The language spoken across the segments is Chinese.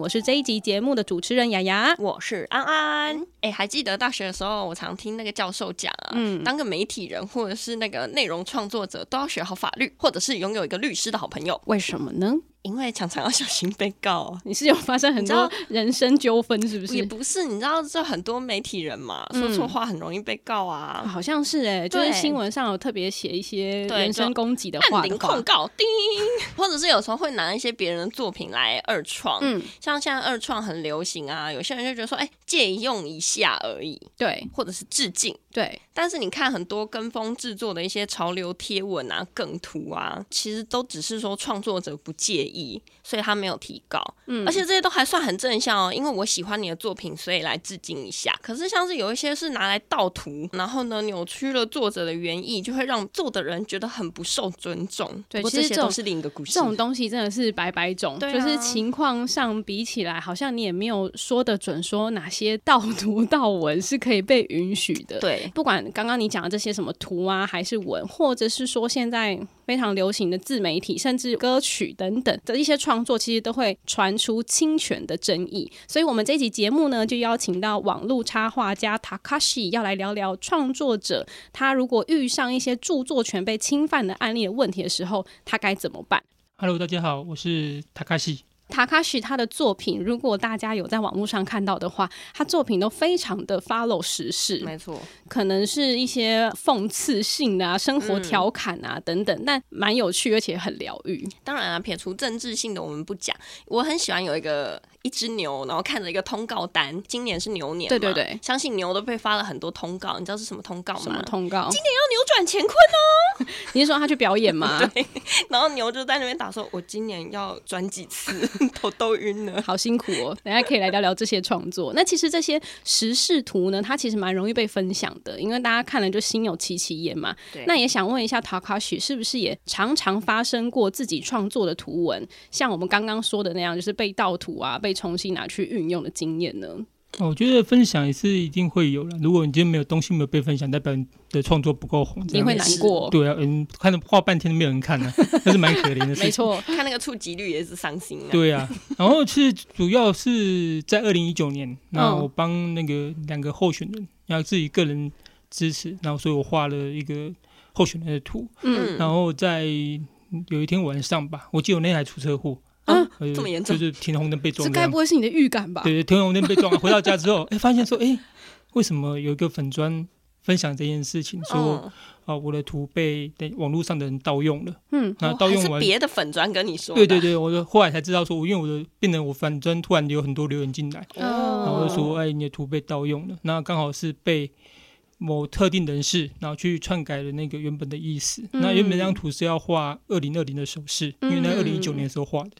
我是这一集节目的主持人雅雅。我是安安。哎、还记得大学的时候，我常听那个教授讲啊，嗯当个媒体人或者是那个内容创作者，都要学好法律，或者是拥有一个律师的好朋友，为什么呢？因为常常要小心被告啊。你是有发生很你知道多人生纠纷，是不也是？不是，你知道，这很多媒体人嘛，嗯说错话很容易被告啊啊。好像是哎、就是对新闻上有特别写一些对人身攻击的话按的铃话控，告，叮，或者是有时候会拿一些别人的作品来二创，嗯，像现在二创很流行啊，有些人就觉得说，哎、借用一下而已，对或者是致敬。对，但是你看很多跟风制作的一些潮流贴文啊、梗图啊，其实都只是说创作者不介意，所以他没有提高。嗯而且这些都还算很正向哦，因为我喜欢你的作品，所以来致敬一下。可是像是有一些是拿来盗图，然后呢扭曲了作者的原意，就会让做的人觉得很不受尊重。对不过其实这些这种都是另一个故事。这种东西真的是百百种，对啊就是情况上比起来，好像你也没有说得准，说哪些盗 图盗文是可以被允许的。对不管刚刚你讲的这些什么图啊，还是文，或者是说现在非常流行的自媒体，甚至歌曲等等的一些创作，其实都会传出侵权的争议。所以，我们这集节目呢，就邀请到网络插画家 Takashi 要来聊聊创作者他如果遇上一些著作权被侵犯的案例的问题的时候，他该怎么办？ Hello，大家好，我是塔卡西。 Takashi 他的作品，如果大家有在网络上看到的话，他作品都非常的 follow 时事，没错，可能是一些讽刺性的啊、生活调侃啊、等等，但蛮有趣，而且很疗愈。当然啊，撇除政治性的我们不讲，我很喜欢有一个一只牛，然后看着一个通告单，今年是牛年对嘛，对对相信牛都被发了很多通告，你知道是什么通告什吗么？通告？扭转乾坤，你是说他去表演吗？然后牛就在那边打说：“我今年要转几次， 头都晕了。好辛苦哦，等一下可以来聊聊这些创作。那其实这些时事图呢，它其实蛮容易被分享的，因为大家看了就心有戚戚焉嘛对。那也想问一下 Takashi，是不是也常常发生过自己创作的图文，像我们刚刚说的那样，就是被盗图啊，被重新拿去运用的经验呢？哦我觉得分享也是一定会有了。如果你今天没有东西没有被分享，代表你的创作不够红，这你样会难过。哦对啊，嗯，看了画半天都没有人看呢、啊 那是蛮可怜的事没情。错，看那个触及率也是伤心啊。对啊，然后是主要是在二零一九年，那嗯我帮那个两个候选人，然后自己个人支持，然后所以我画了一个候选人的图，嗯，然后在有一天晚上吧，我记得我那天还出车祸，啊呃这么严重就是停红灯被撞这这样，该不会是你的预感吧？ 对，停红灯被撞，回到家之后， 哎、发现说，哎、为什么有一个粉砖分享这件事情，说啊、嗯，我的图被对网络上的人盗用了，嗯，那哦盗还用是完，别的粉砖跟你说的对啊。对对，我的后来才知道说，我因为我的变成我粉砖突然有很多留言进来，然后哦我就说，哎、你的图被盗用了，那刚好是被。某特定人士，然后去篡改了那个原本的意思。那原本那张嗯图是要画二零二零的手势，因为那二零一九年的时候画的。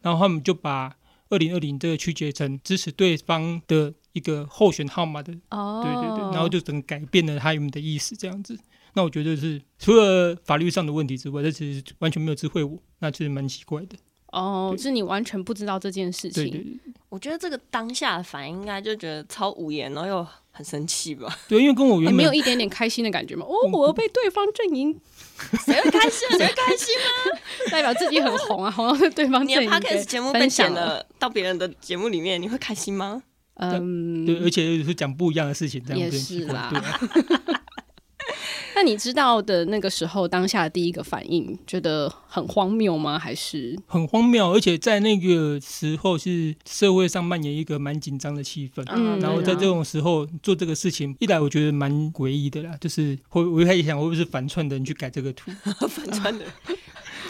然后他们就把二零二零这个曲解成支持对方的一个候选号码的哦，对对对，然后就整个改变了他原本的意思，这样子。那我觉得是除了法律上的问题之外，这其实完全没有智慧我，那其实蛮奇怪的。哦，对就是你完全不知道这件事情，哎对对对我觉得这个当下的反应应该就觉得超无言，然后又很生气吧？对，因为跟嗯我你原哎没有本一点点开心的感觉吗？哦，我被对方阵 营谁会开心？谁会开心？代表自己很红啊，红到被对方 你的阵营 podcast 给节目被分享剪，了到别人的节目里面，你会开心吗？嗯，对，而且是讲不一样的事情，这样也子很奇是怪啦对啊那你知道的那个时候当下的第一个反应，觉得很荒谬吗？还是很荒谬。而且在那个时候是社会上蔓延一个蛮紧张的气氛。啊嗯然后在这 种时候做这个事情，一来我觉得蛮诡异的啦，就是会我一开始想会不会是反串的人去改这个图，反串 的人，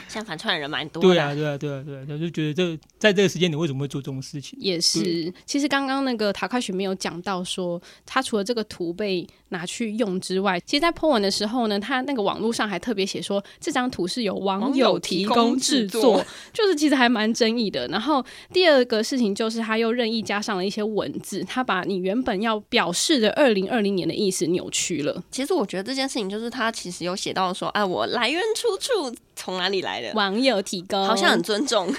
像反串的人蛮多的。对啊，对啊，对啊，对啊，然后就觉得这在这个时间点为什么会做这种事情？也嗯是？其实刚刚那个塔卡许没有讲到说，他除了这个图被拿去用之外，其实，在 po 文的时候呢，他那个网络上还特别写说，这张图是由网网友友提提供供制制作作，就是其实还蛮争议的。然后第二个事情就是，他又任意加上了一些文字，他把你原本要表示的二零二零年的意思扭曲了。其实我觉得这件事情就是他其实有写到说，哎、我来源出处从哪里来的，网友提供好像很尊 重，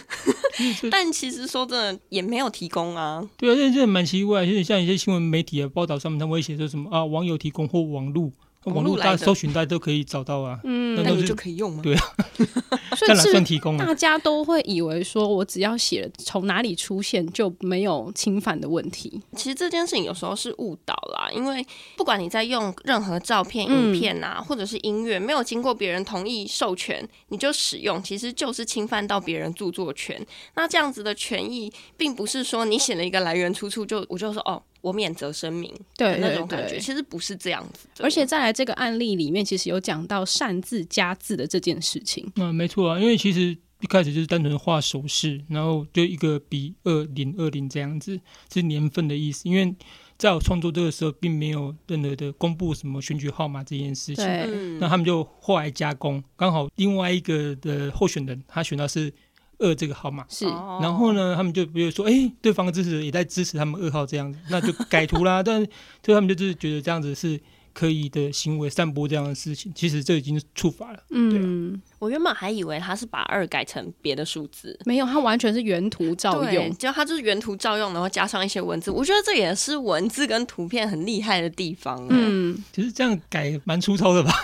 但其实说真的也没有提供啊。对啊，这这蛮奇怪，就是像一些新闻媒体的报道上面，他们会写说什么啊，网友提供或网路网络大家搜寻大家都可以找到啊。嗯那那都你是就可以用吗？对所以当然是算提供啊大，家都会以为说我只要写了从哪里出现就没有侵犯的问题。其实这件事情有时候是误导啦，因为不管你在用任何照片、嗯影片啊，或者是音乐，没有经过别人同意授权你就使用，其实就是侵犯到别人著作权。那这样子的权益，并不是说你写了一个来源出处就我就说哦，我免责声明对那对种感觉，对。其实不是这样子的。而且再来这个案例里面，其实有讲到擅自加字的这件事情。嗯，没错啊，因为其实一开始就是单纯画手势，然后就一个比二零二零这样子，是年份的意思。因为在我创作这个时候，并没有任何的公布什么选举号码这件事情，对，嗯那，他们就后来加工，刚好另外一个的候选人他选到是二这个号码，是，哦然后？呢，他们就比如说，哎、对方的支持者也在支持他们二号这样子，那就改图啦。但就他们就是觉得这样子是可以的行为，散播这样的事情，其实这已经是触法了。嗯，我原本还以为他是把二改成别的数字，没有，它完全是原图照对，用。就它就是原图照用，然后加上一些文字。我觉得这也是文字跟图片很厉害的地方。嗯，嗯，其实这样改蛮粗糙的吧？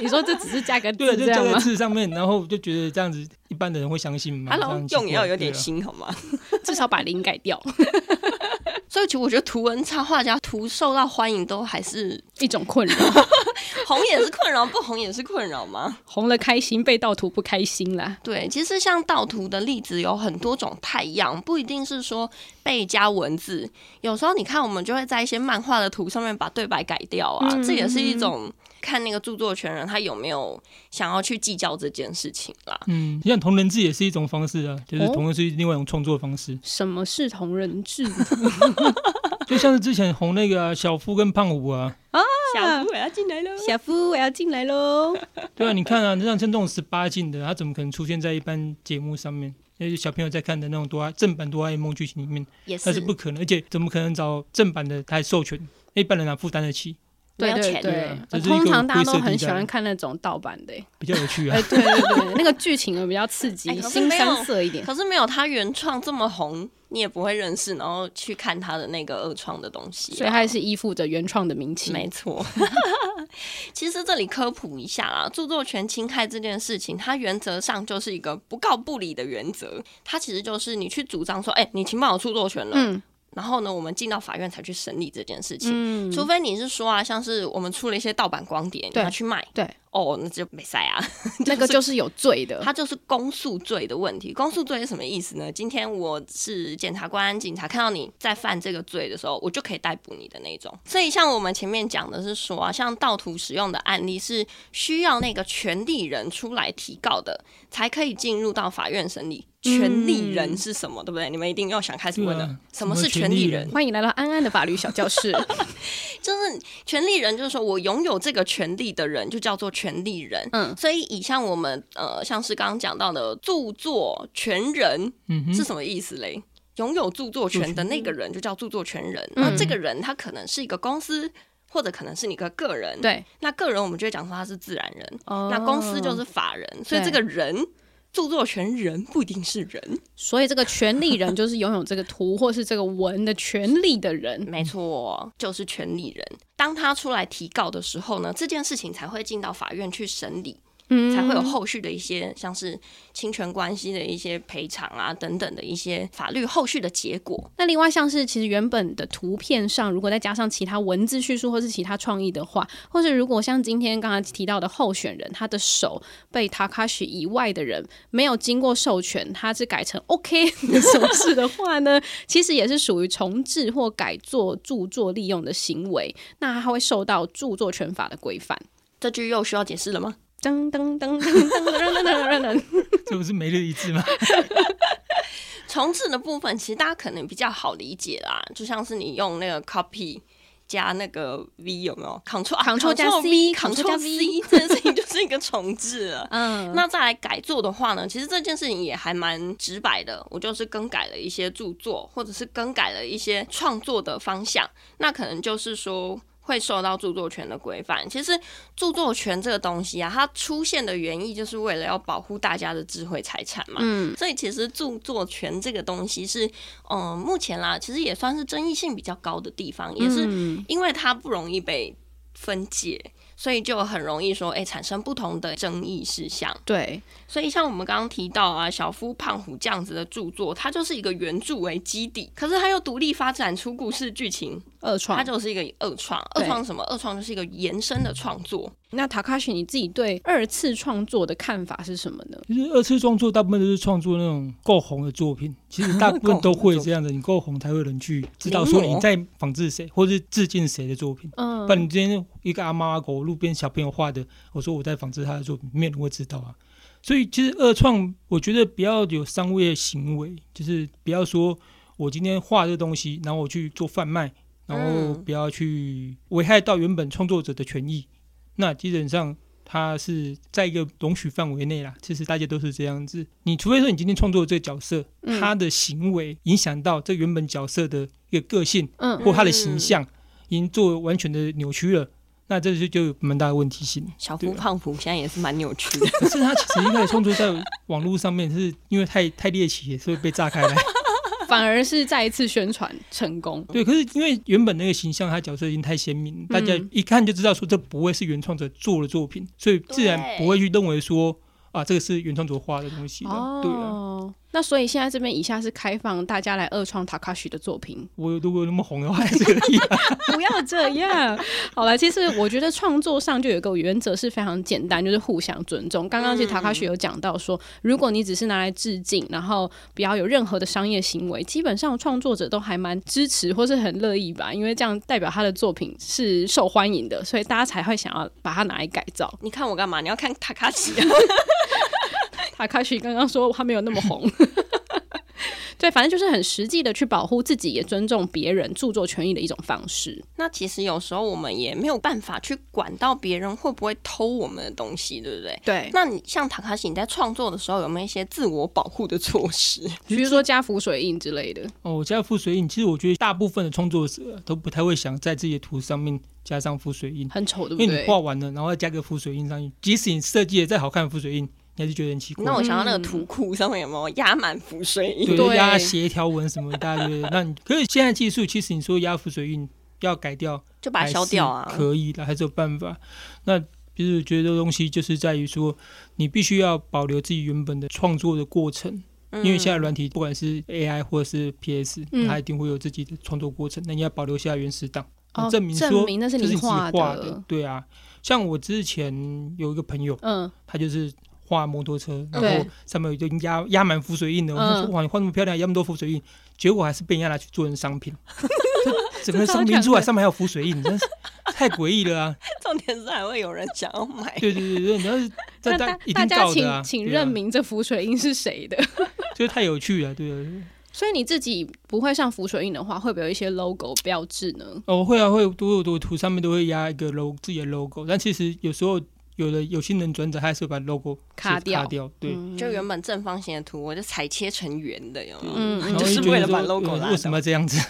你说这只是加个字对，就这加样在吗？字上面，然后就觉得这样子一般的人会相信吗？它然后用也要有点新。心，好 吗？ 至少把零改掉，所以其实我觉得图文插画家图受到欢迎都还是一种困扰。红也是困扰，不红也是困扰嘛。 红了开心，被盗图不开心啦。对，其实像盗图的例子有很多种太阳，不一定是说被加文字。有时候你看，我们就会在一些漫画的图上面把对白改掉啊，嗯这也是一种看那个著作权人他有没有想要去计较这件事情啦。嗯，像同人志也是一种方式啊，就是哦同人志是另外一种创作方式，什么是同人志？就像是之前红那个啊、 小夫跟胖虎啊，小夫我要进来了。 小夫，我要进来喽！对啊，你看啊，像像这种十八禁的，他怎么可能出现在一般节目上面？那些小朋友在看的那种哆啦正版哆啦 A 梦剧情里面，也那是不可能，而且怎么可能找正版的来授权？一般人哪负担得起？对没有对钱对这，是呃一个通常大家灰都色地很喜带欢看那种盗版的、欸。比较有趣啊 哎、。对对对，那个剧情比较刺激哎，可是新没有三色一点。可是没有他原创这么红，你也不会认识，然后去看他的那个二创的东西啊、所以它也是依附着原创的名气。没错。 其实这里科普一下啦，著作权侵害这件事情，它原则上就是一个不告不理的原则。它其实就是你去主张说，哎、你侵犯我著作权了，嗯然后呢，我们进到法院才去审理这件事情。嗯，除非你是说啊，像是我们出了一些盗版光碟，你对拿去卖，对，哦，那就没塞啊。那个 就是有罪的。它就是公诉罪的问题。公诉罪是什么意思呢？今天我是检察官，警察看到你在犯这个罪的时候，我就可以逮捕你的那一种。所以，像我们前面讲的是说啊，像盗图使用的案例是需要那个权利人出来提告的，才可以进入到法院审理。权利人是什么？对不对？你们一定要想开始问了，嗯对啊什么什么是权权利利人人？欢迎来到安安的法律小教室。 就是权利人，就是说我拥有这个权利的人，就叫做权利人。嗯，所以，以像我们呃，像是刚刚讲到的著作权人嗯是哼，什么意思嘞？拥有著作权的那个人就叫著作权人。嗯那这个人他可能是一个公司，或者可能是你个个人。，对。那个人我们就会讲说他是自然人，哦那公司就是，法人，所以这个人著作权人不一定是人。 所以这个权利人就是拥有这个图或是这个文的权利的人。没错，就是权利人。当他出来提告的时候呢，这件事情才会进到法院去审理。嗯才会有后续的一些像是侵权关系的一些赔偿啊等等的一些法律后续的结果。那另外像是其实原本的图片上，如果再加上其他文字叙述或是其他创意的话，或是如果像今天刚才提到的候选人，他的手被 Takashi 以外的人没有经过授权，他是改成 OK 的手势的话呢，其实也是属于重置或改作著作利用的行为，那他会受到著作权法的规范。这句又需要解释了吗？噔噔噔噔噔噔噔噔噔，这不是每日一致吗？重置的部分其实大家可能比较好理解啦，就像是你用那个 copy 加那个 v 有没有？Ctrl 啊 Ctrl 加 Ctrl C，Ctrl 加 V，Ctrl C 这件事情就是一个重置了。嗯，那再来改作的话呢，其实这件事情也还蛮直白的，我就是更改了一些著作，或者是更改了一些创作的方向，那可能就是说。会受到著作权的规范。其实著作权这个东西啊，它出现的原意就是为了要保护大家的智慧财产嘛。嗯，所以其实著作权这个东西是，嗯、目前啦，其实也算是争议性比较高的地方，也是嗯因为它不容易被分解，所以就很容易说，哎、产生不同的争议事项。对，所以像我们刚刚提到啊，小夫胖虎这样子的著作，它就是一个原著为基底，可是它又独立发展出故事剧情，二它创。就是一个二创。对二创什么？二创就是一个延伸的创作。那 Takashi 你自己对二次创作的看法是什么呢？其实二次创作大部分都是创作那种够红的作品，其实大部够红分的都会作品这样子，你够红才会有人去知道说临摹你在仿制谁，或是致敬谁的作品。嗯不然你今天一个阿猫阿狗路边小朋友画的，我说我在仿制他的作品，没有人会知道啊。所以其实二创，我觉得不要有商业行为，就是不要说我今天画这东西，然后我去做贩卖，然后嗯不要去危害到原本创作者的权益。那基本上它是在一个容许范围内啦，其实大家都是这样子。你除非说你今天创作的这个角色，嗯他的行为影响到这原本角色的一个个性，嗯或他的嗯形象，已经做完全的扭曲了。那这就就有蛮大的问题性。 小对夫啊胖虎现在也是蛮扭曲的，可是他其实一开始创作在网络上面，是因为太太猎奇，所以被炸 开来。反而是再一次宣传成功。对，可是因为原本那个形象，他角色已经太鲜明，大家嗯一看就知道说这不会是原创者做的作品，所以自然对不会去认为说啊这个是原创者画的东西的。对啊，哦，那所以现在这边以下是开放大家来二创 Takashi 的作品，我如果那么红的话，还是可以、 啊。不要这样。好了，其实我觉得创作上就有一个原则是非常简单，就是互相尊重。刚刚其实塔卡雪有讲到说，如果你只是拿来致敬，然后不要有任何的商业行为，基本上创作者都还蛮支持或是很乐意吧，因为这样代表他的作品是受欢迎的，所以大家才会想要把它拿来改造。 你看我干嘛？你要看塔卡奇啊？ 塔卡西刚刚说他没有那么红。 对，反正就是很实际的去保护自己，也尊重别人著作权益的一种方式。那其实有时候我们也没有办法去管到别人会不会偷我们的东西，对不对？对，那你像塔卡西，你在创作的时候有没有一些自我保护的措施？比如说加浮水印之类的。哦，我加附水印，其实我觉得大部分的创作者都不太会想在自己的图上面加上附水印。很丑，对不因为你对？画完了，然后再加个浮水印上去，即使你设计的再好看的浮水印，你还是觉得很奇怪。那我想到那个图库上面有没有压满浮水印？对，对压斜条纹什么的，大家觉得那你可是现在技术，其实你说压浮水印要改掉，就把它消掉啊还。是可以的，还是有办法。那就是觉得这东西就是在于说，你必须要保留自己原本的创作的过程，因嗯为现在软体不管是 AI 或是 PS，、嗯它一定会有自己的创作过程，那你要保留下来原始档，哦证明证说明那是这你自己画画的对啊。像我之前有一个朋友，嗯，他就是画摩托嗯车，然对后上面就压压满浮水印的。我嗯想说哇，你画那么漂亮，压那么多浮水印，结果还是被人家拿去做成商 品，这整个商品出来上面还有浮水印，你真是太诡异了 啊！ 重点是还会有人想要买。对对对对，你要是那在大一大定家告请的啊，请对啊认，明这浮水印是谁的。 就是太有趣了，对啊对啊。所以你自己不会上浮水印的话，会不会有一些 logo 标志呢？哦，会啊会，都我图上面都会压一个 logo 自己的 logo，但其实有时候有的有心人转者，他还是会把 logo 卡掉卡掉，对。嗯就原本正方形的图，我就裁切成圆的，有没有？嗯然后就是觉得为了把说 logo 呃拉为什么掉要这样子？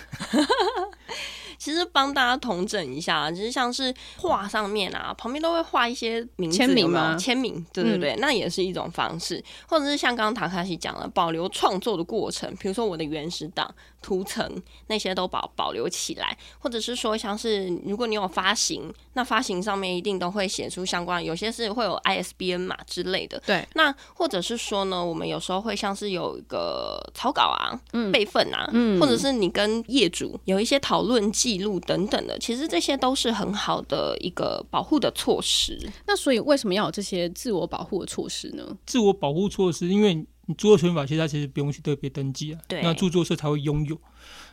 其实帮大家统整一下，啊就是像是画上面嗯啊，旁边都会画一些名字，签名有没吗有？签名，对对嗯对，那也是一种方式，或者是像刚刚塔卡西讲了，保留创作的过程，比如说我的原始档、图层那些都保保留起来，或者是说像是如果你有发行，那发行上面一定都会写出相关，有些是会有 ISBN 码之类的，对，那或者是说呢，我们有时候会像是有一个草稿啊、嗯备份啊，嗯或者是你跟业主有一些讨论记录等等的，其实这些都是很好的一个保护的措施。那所以为什么要有这些自我保护的措施呢？自我保护措施，因为你著作权法其实它其实不用去特别登记啊，对那著作社才会拥有。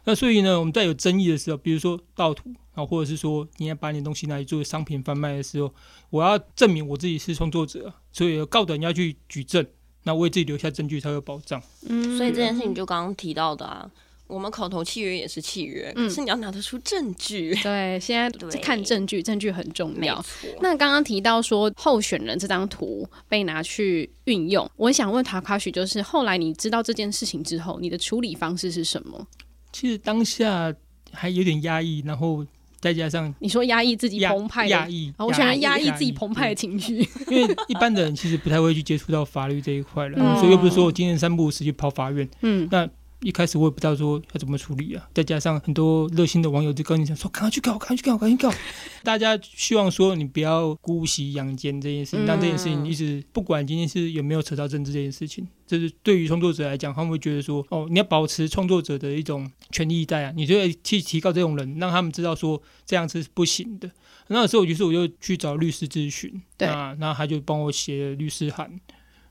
那所以呢，我们在有争议的时候，比如说盗图啊，或者是说你要把你的东西拿去做商品贩卖的时候，我要证明我自己是创作者啊，所以告短要去举证，那为自己留下证据才有保障。嗯所以这件事情就刚刚提到的啊，我们口头契约也是契约，嗯可是你要拿得出证据。对，现在对是看证据，证据很重没要。错，那刚刚提到说候选人这张图被拿去运用，我想问塔卡许，就是后来你知道这件事情之后，你的处理方式是什么？其实当下还有点压抑，然后再加上你说压抑自己压澎湃的，压啊，抑，我想要压抑抑自己澎湃的情绪，因为一般的人其实不太会去接触到法律这一块了，嗯所以又不是说我今天三不五时去跑法院。嗯那一开始我也不知道说要怎么处理啊，再加上很多热心的网友就跟你讲说，赶快去告，赶快去告，赶紧告。 大家希望说你不要姑息养奸这件事情，让这件事情一直不管今天是有没有扯到政治这件事情，就是对于创作者来讲，他们会觉得说，哦，你要保持创作者的一种权益在啊，你就要去提告这种人，让他们知道说这样是不行的。那时候，于是我就去找律师咨询，对那那他就帮我写了律师函，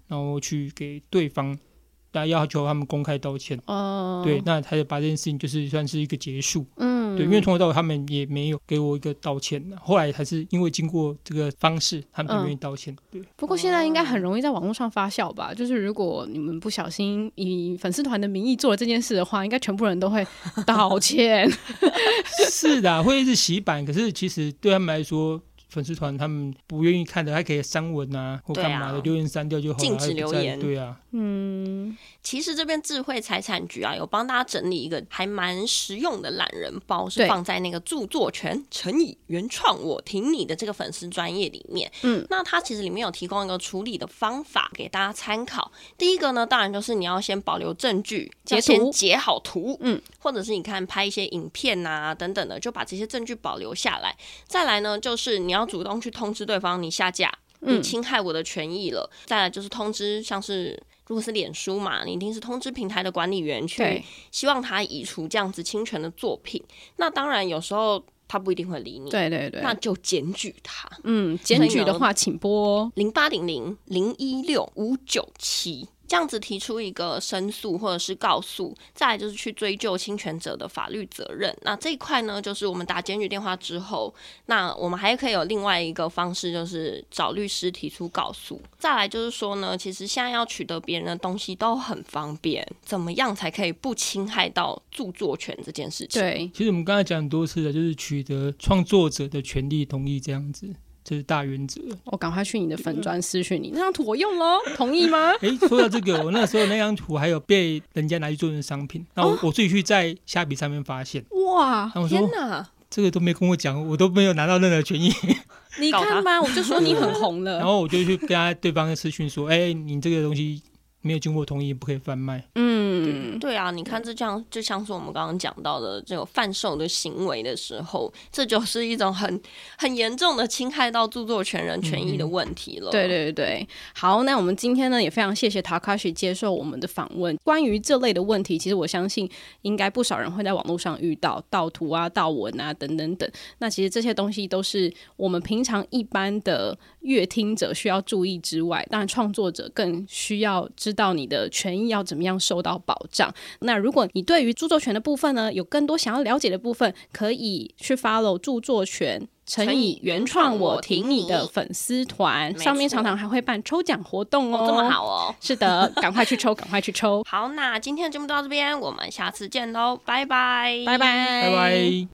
然后去给对方，那要求他们公开道歉。嗯哦，对，，那他就把这件事情就是算是一个结束。嗯，对，因为从头到尾他们也没有给我一个道歉的，后来还是因为经过这个方式，他嗯们就愿意道歉。对，不过现在应该很容易在网络上发酵吧？就是如果你们不小心以粉丝团的名义做了这件事的话，应该全部人都会道 歉。是的，啊会一直洗版，可是其实对他们来说。粉丝团他们不愿意看的，还可以删文啊，或对干嘛的，啊留言删掉就好了。禁止还不留在言对啊，嗯，其实这边智慧财产局啊，有帮大家整理一个还蛮实用的懒人包，是对放在那个著作权乘以原创我挺你的这个粉丝专业里面。嗯，那它其实里面有提供一个处理的方法给大家参考。第一个呢，当然就是你要先保留证据，截要先图截好图，嗯，或者是你看拍一些影片啊等等的，就把这些证据保留下来。再来呢，就是你要主动去通知对方你下架，嗯你侵害我的权益了。再来就是通知，像是如果是脸书嘛，你一定是通知平台的管理员去对，希望他移除这样子侵权的作品。那当然有时候他不一定会理你，对对对，那就检举他。嗯，检举的话请拨哦。零八零零零一六五九七。这样子提出一个申诉或者是告诉，再来就是去追究侵权者的法律责任。那这一块呢，就是我们打检举电话之后，那我们还可以有另外一个方式，就是找律师提出告诉。再来就是说呢，其实现在要取得别人的东西都很方便，怎么样才可以不侵害到著作权这件事情？对，其实我们刚才讲很多次的，就是取得创作者的权利同意这样子，这是大原则。我赶快去你的嗯粉砖私讯你，那张图我用喽，同意 吗？诶，说到这个，我那时候那张图还有被人家拿去做成商品，然后我我自己去在虾皮上面发现，哇，然后我哦天说哪！这个都没跟我讲，我都没有拿到任何权益，你看吧，我就说你很红 然了。后我就去跟他对方私讯说，哎、你这个东西没有经过我同意，不可以贩卖。嗯，对啊，你看这样就像是我们刚刚讲到的这种贩售的行为的时候，这就是一种很很严重的侵害到著作权人权益的问题了。对对对对，好，那我们今天呢也非常谢谢 Takashi 接受我们的访问。关于这类的问题，其实我相信应该不少人会在网络上遇到盗图啊、盗文啊等等等。那其实这些东西都是我们平常一般的乐听者需要注意之外，当然创作者更需要知道你的权益要怎么样受到保障。那如果你对于著作权的部分呢，有更多想要了解的部分，可以去 follow 著作权。乘乘以以原原创创我我挺挺你你的粉丝团，没上面错常常还会办抽奖活动哦。哦，这么！好哦。是的，赶快去抽，赶快去 抽，好，那今天的节目到这边，我们下次见喽，拜拜，拜拜，拜拜。